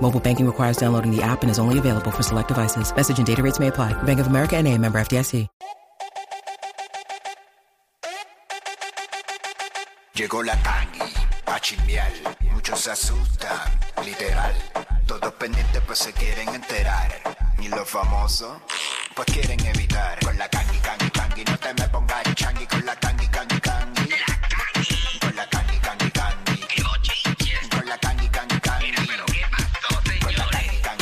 Mobile banking requires downloading the app and is only available for select devices. Message and data rates may apply. Bank of America and a member FDIC. Llegó la tangi, pa' chimbiar, muchos se asustan, literal. Todos pendientes pues se quieren enterar, ni los famosos pues quieren evitar. Con la tangi, tangi, tangi, no te me pongas changi, con la tangi, tangi, tangi. Con la tangi, tangi, tangi. Con la tangi, tangi, tangi. Con la tangi, tangi,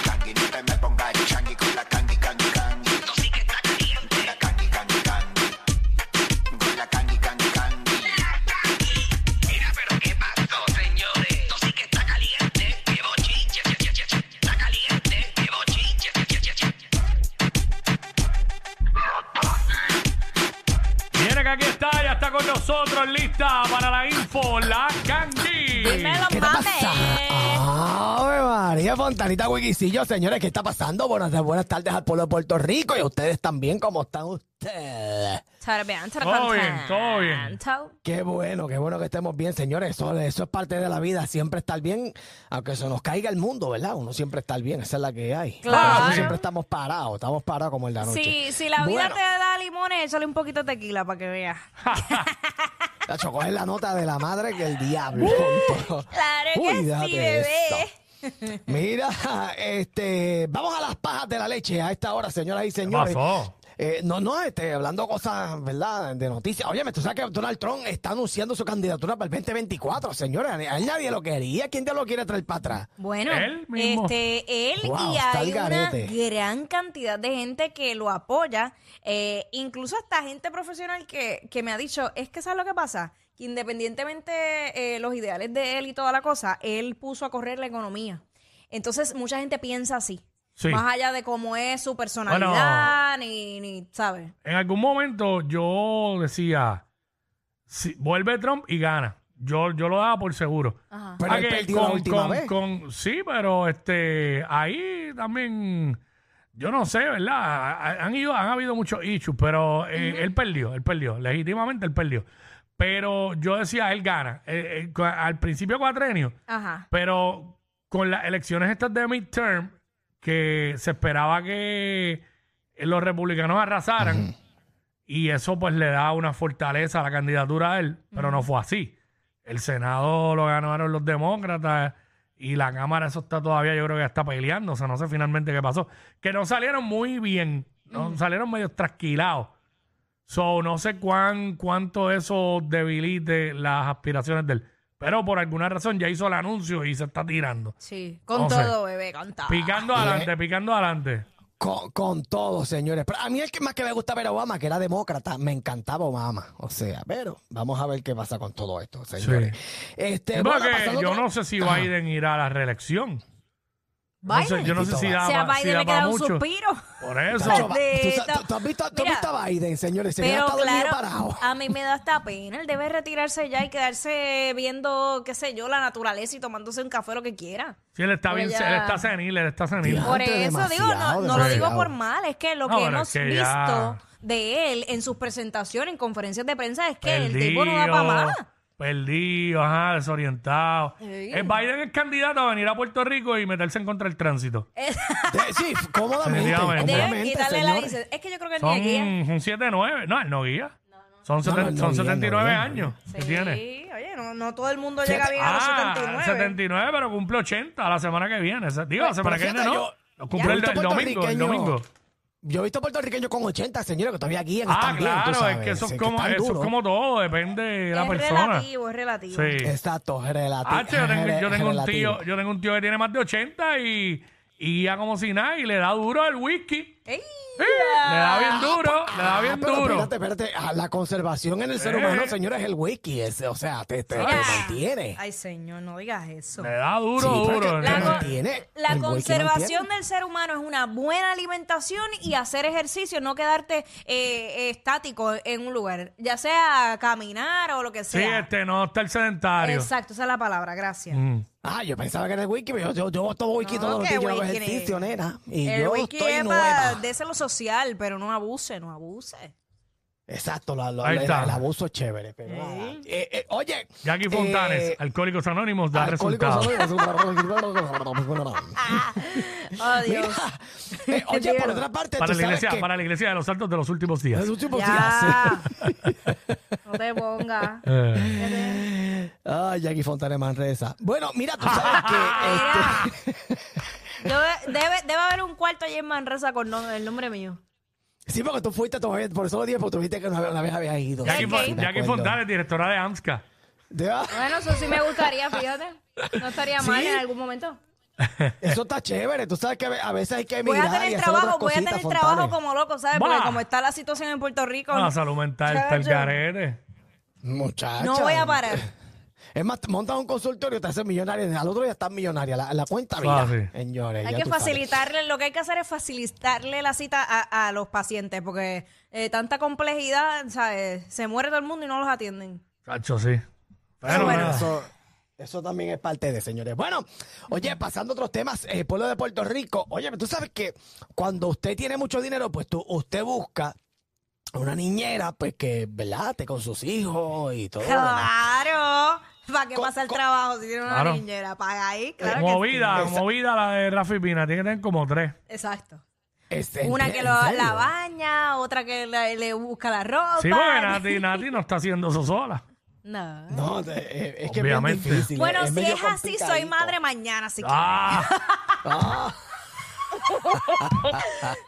tangi, no te me pongas changi, con la tangi, tangi, tangi. Con la tangi, tangi, tangi. Con la tangi, tangi, tangi. Mira, pero qué pasó, señores. Esto sí que está caliente. Qué bochinche, che, che, che, che. Está caliente. Qué bochinche, che, che, che, che. Viene que aquí está, ya está con nosotros, lista para la info, la Candy. Dímelo, ¿Qué Ah. está papi. pasando? Ave María Fontanita Wikicillo, señores, ¿qué está pasando? Buenas, buenas tardes al pueblo de Puerto Rico y a ustedes también, ¿cómo están ustedes? Todo bien, todo Todo bien, contento. todo bien. Qué bueno, qué bueno que estemos bien, señores. Eso, eso es parte de la vida, siempre estar bien, aunque se nos caiga el mundo, ¿verdad? Uno siempre estar bien, esa es la que hay. Por eso Claro. siempre estamos parados, estamos parados como en la noche. Si, si la vida Bueno. te da limones, échale un poquito de tequila para que veas. Tacho, coge la nota de la madre que el diablo. Uh, Claro que sí, bebé. bebé. Mira, este, vamos a las pajas de la leche a esta hora, señoras y señores. pasó? Eh, no, no, este, hablando cosas, ¿verdad? De noticias. Óyeme, tú sabes que Donald Trump está anunciando su candidatura para el 2024, señores. A él nadie lo quería. ¿Quién te lo quiere traer para atrás? Bueno, Él mismo. este, él Wow, y está hay el una garete. gran cantidad de gente que lo apoya, eh, incluso hasta gente profesional que, que me ha dicho, es que ¿sabes lo que pasa? Que independientemente eh, los ideales de él y toda la cosa, él puso a correr la economía. Entonces mucha gente piensa así, Sí. más allá de cómo es su personalidad, ni, ni, ¿sabes? En algún momento yo decía, si vuelve Trump y gana. Yo, yo lo daba por seguro. Ajá. Pero Ah, él que perdió la última con- vez. con- sí, pero este ahí también, yo no sé, ¿verdad? Ha- Han, ido, han habido muchos issues, pero eh, él perdió, él perdió, legítimamente él perdió. Pero yo decía, él gana. Eh, eh, cu- al principio cuatrenio, Ajá. Pero con las elecciones estas de midterm, que se esperaba que los republicanos arrasaran, y eso pues le da una fortaleza a la candidatura a él, pero no fue así. El Senado lo ganaron los demócratas y la Cámara, eso está todavía, yo creo que está peleando, o sea, no sé finalmente qué pasó. Que no salieron muy bien, no, salieron medio trasquilados. So, no sé cuán, cuánto eso debilite las aspiraciones de él. Pero por alguna razón ya hizo el anuncio y se está tirando. Sí, con No sé. todo, bebé, con todo. Picando pues, adelante, picando adelante. Con, con todo, señores. Pero a mí el que más que me gustaba era Obama, que era demócrata. Me encantaba Obama. O sea, pero vamos a ver qué pasa con todo esto, señores. eh, Este, bueno, Porque pasando yo otra- no sé si Ajá. Biden irá a la reelección. No sé, Biden. yo no sé si da, si a pa- si Biden da le pa' queda un mucho. suspiro. Por eso. Tacho, Bendito. ¿tú, sa- tú- tú has visto, tú has Mira, visto a Biden, señores. Se Pero ha estado claro, ah. parado. a mí me da hasta pena. Él debe retirarse ya y quedarse viendo, qué sé yo, la naturaleza y tomándose un café, lo que quiera. Sí, él está Pero bien, pues ya- él está senil, él está senil. Ya. Por Antes eso digo, no, no demasiado, lo digo demasiado. por mal, es que lo No, que pero hemos es que visto ya- de él en sus presentaciones, en conferencias de prensa, es que el tipo no da para Perdido, más. perdido, ajá, desorientado. Sí. Eh, Biden es candidato a venir a Puerto Rico y meterse en contra del tránsito. De- sí, cómodamente. Definitivamente. Debe cómodamente, quitarle la señores. licencia. Es que yo creo que él Son ni guía. un 7-9. No, él no guía. Son, No, no, seten- él no son guía, no 79 guía, no años que Sí, tiene. oye, no, no todo el mundo Fíjate- llega bien a los Ah, 79. 79, pero cumple 80 la semana que viene. Esa- Digo, la semana que pero viene fíjate, no. yo- Lo cumple el, Yo- el domingo, el puertorriqueño- domingo. Yo he visto puertorriqueños con 80, señores, que todavía guían. Ah, están bien, tú claro, sabes, es que eso es que como, están eso es duros. como todo, depende de la es persona. relativo, es relativo. Sí. Exacto, relativo. Ah, yo tengo, yo tengo un tío, yo tengo un tío que tiene más de 80 y, y ya como si nada, y le da duro al whisky. ¡Ey! Sí, Le da bien duro, le da Ah, bien Ah, pero duro. espérate, espérate. Ah, la conservación en el ser Eh. Ah. humano, señores, es el wiki. ese, o sea, te, te, te Mira. mantiene. Ay, señor, no digas eso. Le da duro, Sí, pero duro. ¿no? que- La, no co- tiene, la el güey que no conservación tiene. del ser humano es una buena alimentación y hacer ejercicio, no quedarte eh, estático en un lugar, ya sea caminar o lo que Sí, sea. este, no está el sedentario. Exacto, esa es la palabra, gracias. Mm. Ah, yo pensaba que era el wiki, pero yo, yo, yo voto wiki No, todos los ¿qué días. Yo hago wiki? ejercicio, nena. Y El yo wiki estoy es para nueva. déselo social, pero no abuse, no abuse. Exacto, la- la- Ahí la- está. el abuso es chévere. Pero, nada. Eh, eh, oye. Jackie eh, Fontanes, Alcohólicos Anónimos, da Alcohólicos resultados. Anónimos. Oh, Dios. Mira, eh, oye, por otra parte, Para tú la sabes iglesia, que para la iglesia de los santos de los últimos días. los últimos días. Ya. no te pongas. Eh, Ay, Jackie Fontanes Manresa. Bueno, mira, tú sabes Mira. que. este, Yo- debe, debe haber un cuarto allí en Manresa con nom- el nombre mío. sí, porque tú fuiste todavía, por eso lo dije, porque tú viste que una vez, una vez habías ido. Jackie, Sí, Fo- sí, me Jackie acuerdo. Fontanes, directora de AMSCA. De- ah, Bueno, eso sí me gustaría, fíjate. No estaría mal ¿Sí? en algún momento. Eso está chévere. Tú sabes que a veces hay que Voy mirar a tener trabajo, voy a tener trabajo como loco, ¿sabes? Bah. Porque como está la situación en Puerto Rico, Ah, salud mental, está el Chacho. carete. Muchacha. no voy a parar. eh, Es más, te montas un consultorio, te haces millonario. Al otro día estás millonaria. La, la cuenta Ah, mira, sí. señores. Hay ya que tú sabes. facilitarle, lo que hay que hacer es facilitarle la cita a, a los pacientes, porque eh, tanta complejidad, ¿sabes? Se muere todo el mundo y no los atienden. Cacho, sí. Pero, bueno, eh, eso, eso también es parte de, señores. Bueno, oye, pasando a otros temas, el pueblo de Puerto Rico, oye, tú sabes que cuando usted tiene mucho dinero, pues tú, usted busca una niñera, pues que, ¿verdad? Esté con sus hijos y todo. lo demás. Ah, ¡Claro! ¿Para qué Co- pasa el co- trabajo si tiene una Claro. niñera? ¿Para ahí? Claro que movida, sí. movida la de Rafi Pina. Tiene que tener como tres. sí. Exacto. Este, ¿en Una qué- que en lo- serio? la baña, otra que la- le busca la ropa. Sí, porque Nati, Nati no está haciendo eso sola. No. No, de- eh, es que es Obviamente. bien difícil. Bueno, si medio es así, soy complicadito. madre mañana, así que Ah,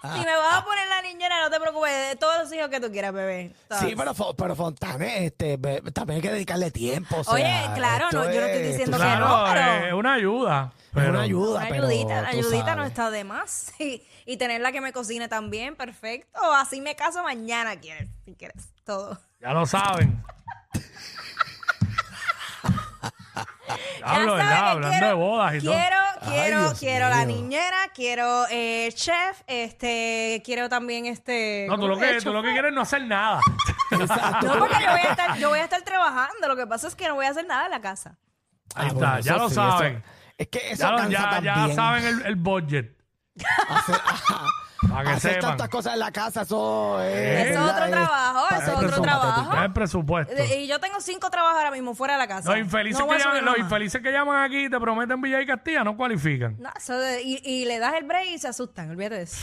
si me vas a poner la niñera, no te preocupes, de todos los hijos que tú quieras, bebé. Sí, pero, Fo- pero Fontanes, este, ve- también hay que dedicarle tiempo. o Oye, sea, claro, no, esto yo no estoy es- diciendo tú que sabes, claro, no, pero- es una ayuda. es Pero, una ayuda, Una pero ayudita, la tú ayudita no sabes. está de más. Sí. Y tenerla que me cocine también, perfecto. Así me caso mañana, quieres, si quieres, todo. Ya lo saben. Hablo, Ya saben ¿verdad? que Hablando de bodas y todo. quiero, Ay, Quiero, Dios quiero la mío. niñera, quiero eh, chef, este, quiero también este. No, tú ¿cómo lo, que, es? tú lo que quieres es no hacer nada. Exacto. No, porque yo voy, a estar, yo voy a estar trabajando. Lo que pasa es que no voy a hacer nada en la casa. Ahí Ah, está, bueno, ya eso lo sí, eso- saben. es que eso Ya, lo- cansa ya, ya también. saben el, el budget. Hacer, ajá, Para que hacer sepan. Eh, tantas cosas en la casa, eso es... Eso es ¿verdad? otro Es- trabajo, para eso es ser otro persona trabajo. patética. Ya el presupuesto. Y yo tengo cinco trabajos ahora mismo fuera de la casa. Los infelices, No voy que a subir llaman, los más. infelices que llaman aquí y te prometen Villa y Castilla no cualifican. No, eso de- y, y le das el break y se asustan, olvídate de eso.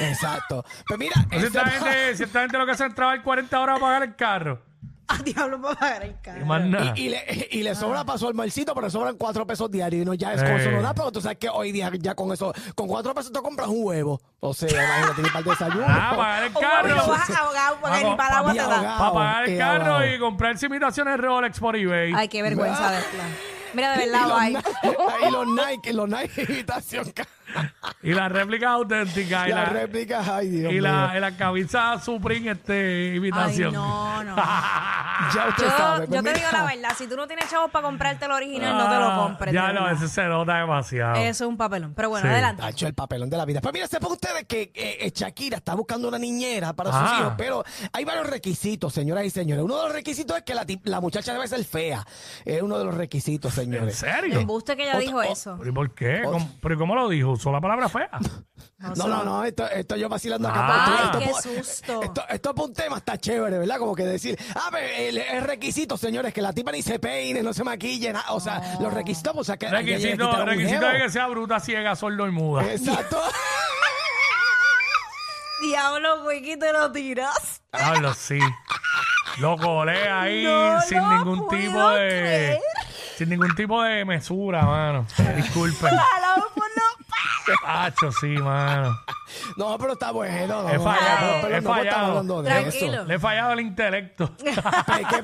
Exacto. Pues mira, eso- Ciertamente, ciertamente lo que hacen es trabajar 40 horas para pagar el carro. A Ah, diablo para pagar el Y carro. más nada. y, y le, y le sobra para su almuercito, pero le sobran cuatro pesos diarios. Y no, ya es Ah. Eh. con eso no da, pero tú sabes que hoy día ya con eso, con cuatro pesos te compras un huevo. O sea, imagínate, ni para el desayuno. Ah, pagar el O bueno, carro. vas ahogado porque Vamos, ni para el agua papi, te da. ahogado. Para pagar el Qué carro abajo. y comprarse imitaciones Rolex por eBay. Ay, qué vergüenza de plan. Mira, de Y verdad, los bye. Ni- y los Nike, los Nike imitación. Y las réplicas auténticas. Y Las la, réplicas, ay Dios y mío. la, y la camisa Supreme este, Ay, imitación. no, no. Ya usted Yo, sabe. pues yo te digo mira. la verdad, si tú no tienes chavos para comprarte el original, no te lo compres. Ah, Ya de no, verdad. eso se nota demasiado. Eso es un papelón. Pero bueno, Sí. adelante. Tacho, el papelón de la vida. Pues mira, sepan ustedes que eh, eh, Shakira está buscando una niñera para sus Ah. hijos, pero hay varios requisitos, señoras y señores. Uno de los requisitos es que la, tip- la muchacha debe ser fea. Es uno de los requisitos, ¿En señores. serio? Embuste que ella Otro- dijo o- eso. ¿Pero ¿Y por qué? ¿Cómo- ¿Pero y cómo lo dijo? ¿Solo la palabra fea? No, no, no, esto, esto yo vacilando Ah. acá. pero Ay, esto- qué esto- susto. Esto, esto para un tema está chévere, ¿verdad? Como que decir, ah, pero el, el requisito, señores, que la tipa ni se peine, no se maquille, nada. O sea, los requisitos, pues, o sea, que que ella le Requisito, quitaron un requisito jevo. es que sea bruta, ciega, sordo y muda. Exacto. Diablo, Wiki, te lo tiras. Hablo, sí. Lo colé ahí No sin lo ningún puedo tipo de. creer. Sin ningún tipo de mesura, mano. Disculpen. Jalado por los Hacho, sí, mano. No, pero está bueno. No, He no, fallado, no, pero he no estamos fallado. hablando de Tranquilo. eso. Le he fallado el intelecto. Peque,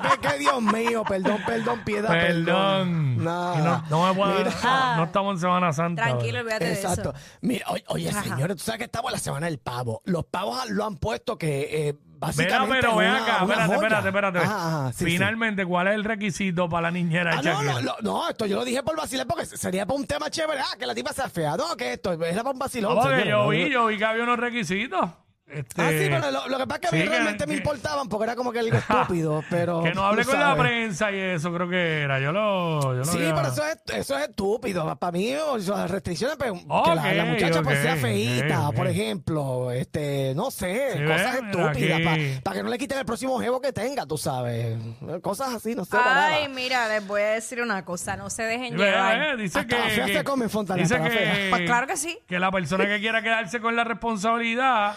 peque, Dios mío. Perdón, perdón, piedad. Perdón. Y Nada. No, no me puedo- Mira. no estamos en Semana Santa. Tranquilo, ¿verdad? olvídate Exacto. de eso. Mira, oye, oye, señores, tú sabes que estamos en la semana del pavo. Los pavos lo han puesto que eh, Mira, básicamente. pero es ven una- acá, una espérate, joya. espérate, espérate. Ajá, ajá, sí, sí. Finalmente, ¿cuál es el requisito para la niñera Ah, de no, Shakira? no, no, no, esto yo lo dije por vacilar porque sería para un tema chévere. Ah, que la tipa sea fea. No, que esto era para un vacilón. No, porque señores, yo no, vi, no. yo vi que había unos requisitos. Este, Ah, sí, pero lo, lo que pasa es que a mí Sí, que- realmente me que- importaban porque era como que algo estúpido, pero... que no hable tú con la sabes. prensa y eso, creo que era. Yo lo. Yo lo Sí, había- pero eso es, eso es estúpido. Para mí, o sea, las restricciones, pues, que la, Ok, la muchacha pues, ok, sea feíta, ok, por ok. ejemplo. este No sé, Sí, cosas ven, estúpidas. Para aquí. que no le quiten el próximo jevo que tenga, tú sabes. Cosas así, no sé. Ay, banala. mira, les voy a decir una cosa, no se dejen Ve, llevar. ve, dice Hasta que, la fea que- se come, Fontanella, dice hasta la que, fea. Pues claro que sí. que la persona que quiera quedarse con la responsabilidad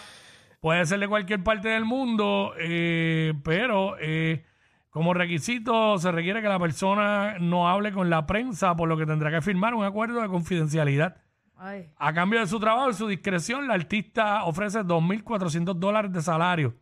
puede ser de cualquier parte del mundo, eh, pero eh, como requisito se requiere que la persona no hable con la prensa, por lo que tendrá que firmar un acuerdo de confidencialidad. Ay. A cambio de su trabajo y su discreción, la artista ofrece 2.400 dólares de salario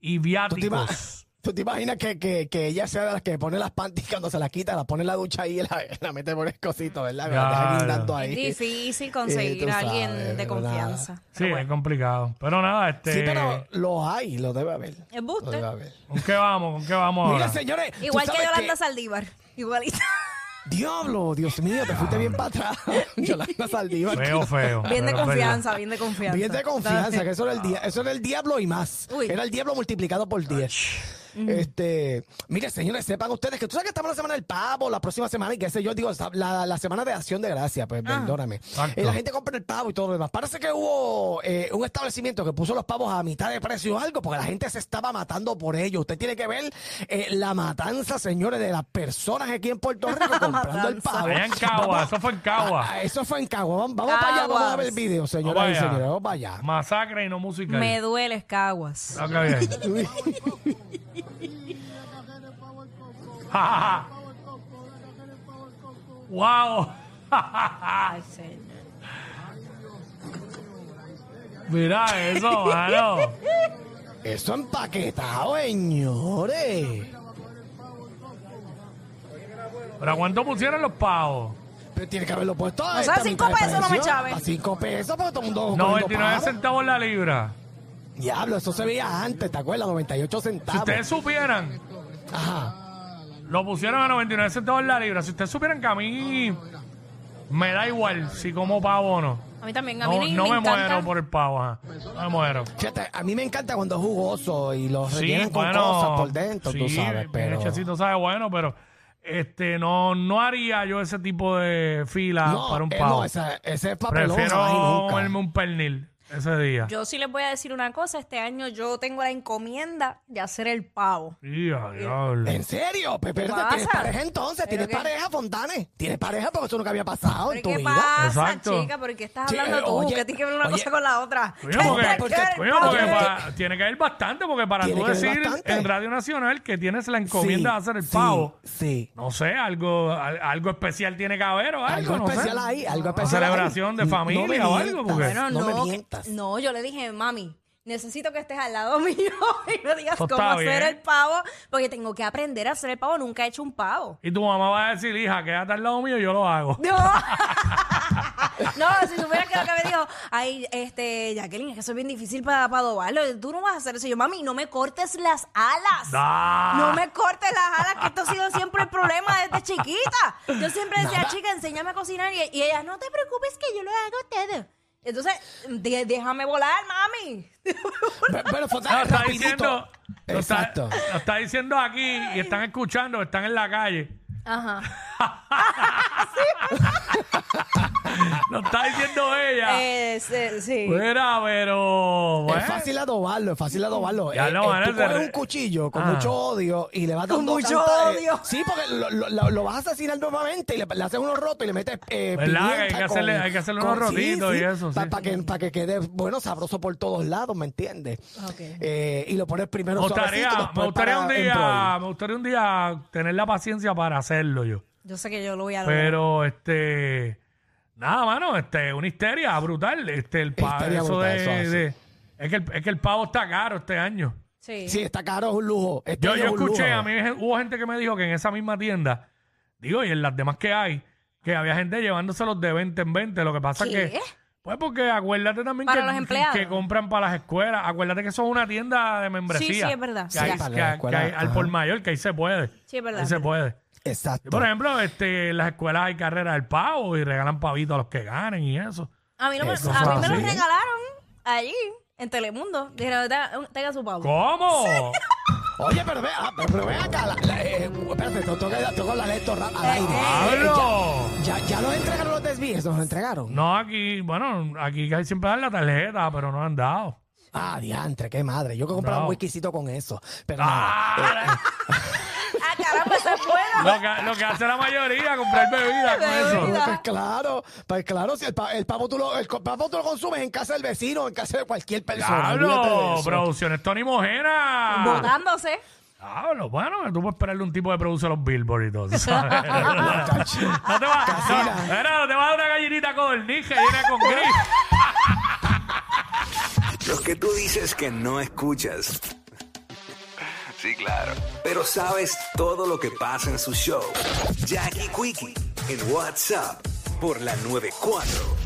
y ¿Tú te, viáticos. ima- tú te imaginas que, que, que ella sea de las que pone las panties cuando se las quita, las pone en la ducha ahí y la, la mete por el cosito, ¿verdad? La deja Claro. guindando ahí. Es difícil Eh, conseguir tú a alguien sabes, de ¿verdad? confianza. Sí, es complicado. Pero nada, este. Sí, pero lo hay, lo debe haber. Es Lo debe buste. haber. ¿Con qué vamos? ¿Con qué vamos ahora? Mira, señores. tú Igual que sabes Yolanda Saldívar. Igualita. Diablo, Dios mío, te fuiste bien para atrás. Yolanda Saldívar. Feo, feo. Bien de pero es verdad. confianza, bien de confianza. Bien de confianza, que eso era el, dia- eso era el diablo y más. Uy. Era el diablo multiplicado por 10. Este, mire, señores, sepan ustedes que tú sabes que estamos en la semana del pavo, la próxima semana y qué sé yo, digo, la, la semana de acción de gracia, pues Ah. perdóname. Exacto. Eh, la gente compra el pavo y todo lo demás. Parece que hubo eh, un establecimiento que puso los pavos a mitad de precio o algo, porque la gente se estaba matando por ello. Usted tiene que ver eh, la matanza, señores, de las personas aquí en Puerto Rico comprando el Matanza. pavo. Allá en Cagua, Vamos- eso fue en Cagua. Ah, Eso fue en Cagua. Vamos, vamos para allá, vamos a ver el video, señoras y Vamos allá. señores. Vamos para allá. Masacre y no musical. Me duele, Caguas. Ok, bien. wow. Ay, señor. Mira eso, mano. Eso empaquetado, señores. Pero ¿cuánto pusieron los pavos? Pero tiene que haberlo puesto. a sea, esta cinco mitad de pesos, no me precio. chaves. A cinco pesos, porque todo el mundo. comiendo 99 pavo. centavos la libra. Diablo, eso se veía antes, ¿te acuerdas? 98 Si centavos. ustedes supieran, Ajá. lo pusieron a 99 centavos la libra. Si ustedes supieran que a mí me da igual si como pavo o no. A mí también, a mí No, ni- no me, me encanta. muero por el pavo, ajá. No me muero. Fíjate, a mí me encanta cuando es jugoso y lo Sí, rellenan con bueno, cosas por dentro, tú sí, sabes. bien Pero... hechecito, sabe bueno, pero este no no haría yo ese tipo de fila No, para un eh, pavo. no, esa- ese es papelón. ay, Prefiero nunca. comerme un pernil ese día. Yo sí les voy a decir una cosa. Este año yo tengo la encomienda de hacer el pavo. Hija, diablo. ¿En serio? Pepe, pasa? ¿tienes pareja entonces? ¿Pero ¿Tienes qué? pareja, Fontanes? ¿Tienes pareja? Porque eso nunca había pasado en ¿Pero tu qué vida. pasa, Exacto. chica? ¿Por qué estás Sí, hablando eh, tú? oye, que tiene que ver una oye. cosa con la otra? Coño, porque, porque- coño, porque- porque pa- tiene que ir bastante, porque para Tiene tú que ir decir bastante. en Radio Nacional que tienes la encomienda de hacer el sí, pavo, Sí. no sé, algo al- algo especial tiene que haber o algo, Algo no sé. especial ahí, algo especial. celebración de ahí. familia me o algo, mientas, porque- Bueno, no, no, me que- mientas. no, yo le dije, mami, necesito que estés al lado mío y me digas Eso cómo está hacer bien. el pavo, porque tengo que aprender a hacer el pavo. Nunca he hecho un pavo. Y tu mamá va a decir, hija, quédate al lado mío, yo lo hago. No, no si supieras que lo que me dijo, ay, este, Jacqueline, es que eso es bien difícil para adobarlo. Tú no vas a hacer eso. Y Yo, mami, no me cortes las alas. Da. No me cortes las alas, que esto ha sido siempre el problema desde chiquita. Yo siempre decía, Nada. chica, enséñame a cocinar. Y, y ella, no te preocupes que yo lo hago todo. Entonces, de- déjame volar, mami. Pero, pero No, Fontanes, está rapidito. diciendo, lo está- Exacto. lo está diciendo aquí y están escuchando, están en la calle. Ajá. Lo está diciendo ella. Eh, sí, sí. Mira, pero bueno. Es fácil adobarlo, es fácil adobarlo. Pues, Ya Eh, lo eh, van a tú hacer. coges un cuchillo con Ah. mucho odio y le vas Con dando mucho tanta, eh, odio. sí, porque lo, lo- lo- lo vas a asesinar nuevamente y le, le haces unos rotos y le metes eh, ¿Verdad? Que hay que hacerle- hay que hacerle unos rotitos y eso, sí. Para que, pa' que quede, bueno, sabroso por todos lados, ¿me entiendes? Ok. Eh, y lo pones primero me gustaría, suavecito, después me gustaría un para día, employee. me gustaría un día tener la paciencia para hacerlo yo. Yo sé que yo lo voy a lograr. Pero este Nada, mano, este, una histeria brutal. Este, el pa- Histeria eso brutal, de- eso hace. de- es, que el, es que el pavo está caro este año. Sí. Sí, está caro, es un lujo. Este Yo, es yo un lujo. escuché, a mí gen- hubo gente que me dijo que en esa misma tienda, digo, y en las demás que hay, que había gente llevándoselos de 20 en 20. Lo que pasa ¿Qué? que. Pues porque acuérdate también Para que, los que- empleados. que compran para las escuelas. Acuérdate que eso es una tienda de membresía. Sí, sí, es verdad. Que hay- Sí, para las que- que hay escuelas, al ajá. por mayor, que ahí se puede. Sí, es verdad, Ahí es se verdad. puede. Exacto. Por ejemplo, este, en las escuelas hay carreras del pavo y regalan pavitos a los que ganen y eso. A mí, no me, Eso a mí me lo así. regalaron allí, en Telemundo. Dijeron, "Ta- tenga su pavo. ¿Cómo? Oye, pero ve, ah, pero- pero ve acá. La, la- eh, espérate, tengo, tengo que, tengo que hablar de esto ra- Eh, al aire. ¡Pablo! Ya, ya los entregaron los desvíos, nos los entregaron. No, aquí, bueno, aquí casi siempre dan la tarjeta, pero no han dado. Ah, diantre, qué madre. Yo que compraba No. un whiskycito con eso. Pero Ah, Ah, caramba, eso es bueno. lo, que, lo que hace la mayoría, comprar bebidas con nada. eso. Pero pues claro, pues claro, si el, pa- el pavo tú lo, el co- pavo tú lo consumes en casa del vecino, en casa de cualquier persona. olvídate de ¡Pablo! eso. Producciones Tony Mojena. Botándose. ¡Pablo! Bueno, tú puedes esperarle un tipo de produce a los Billboard y todo, tú ¿sabes? no te vas no, era, no te vas a dar una gallinita codorniz que llena con gris. Los que tú dices que no escuchas. Sí, claro. Pero sabes todo lo que pasa en su show. Jackie Quickie en WhatsApp por la 94.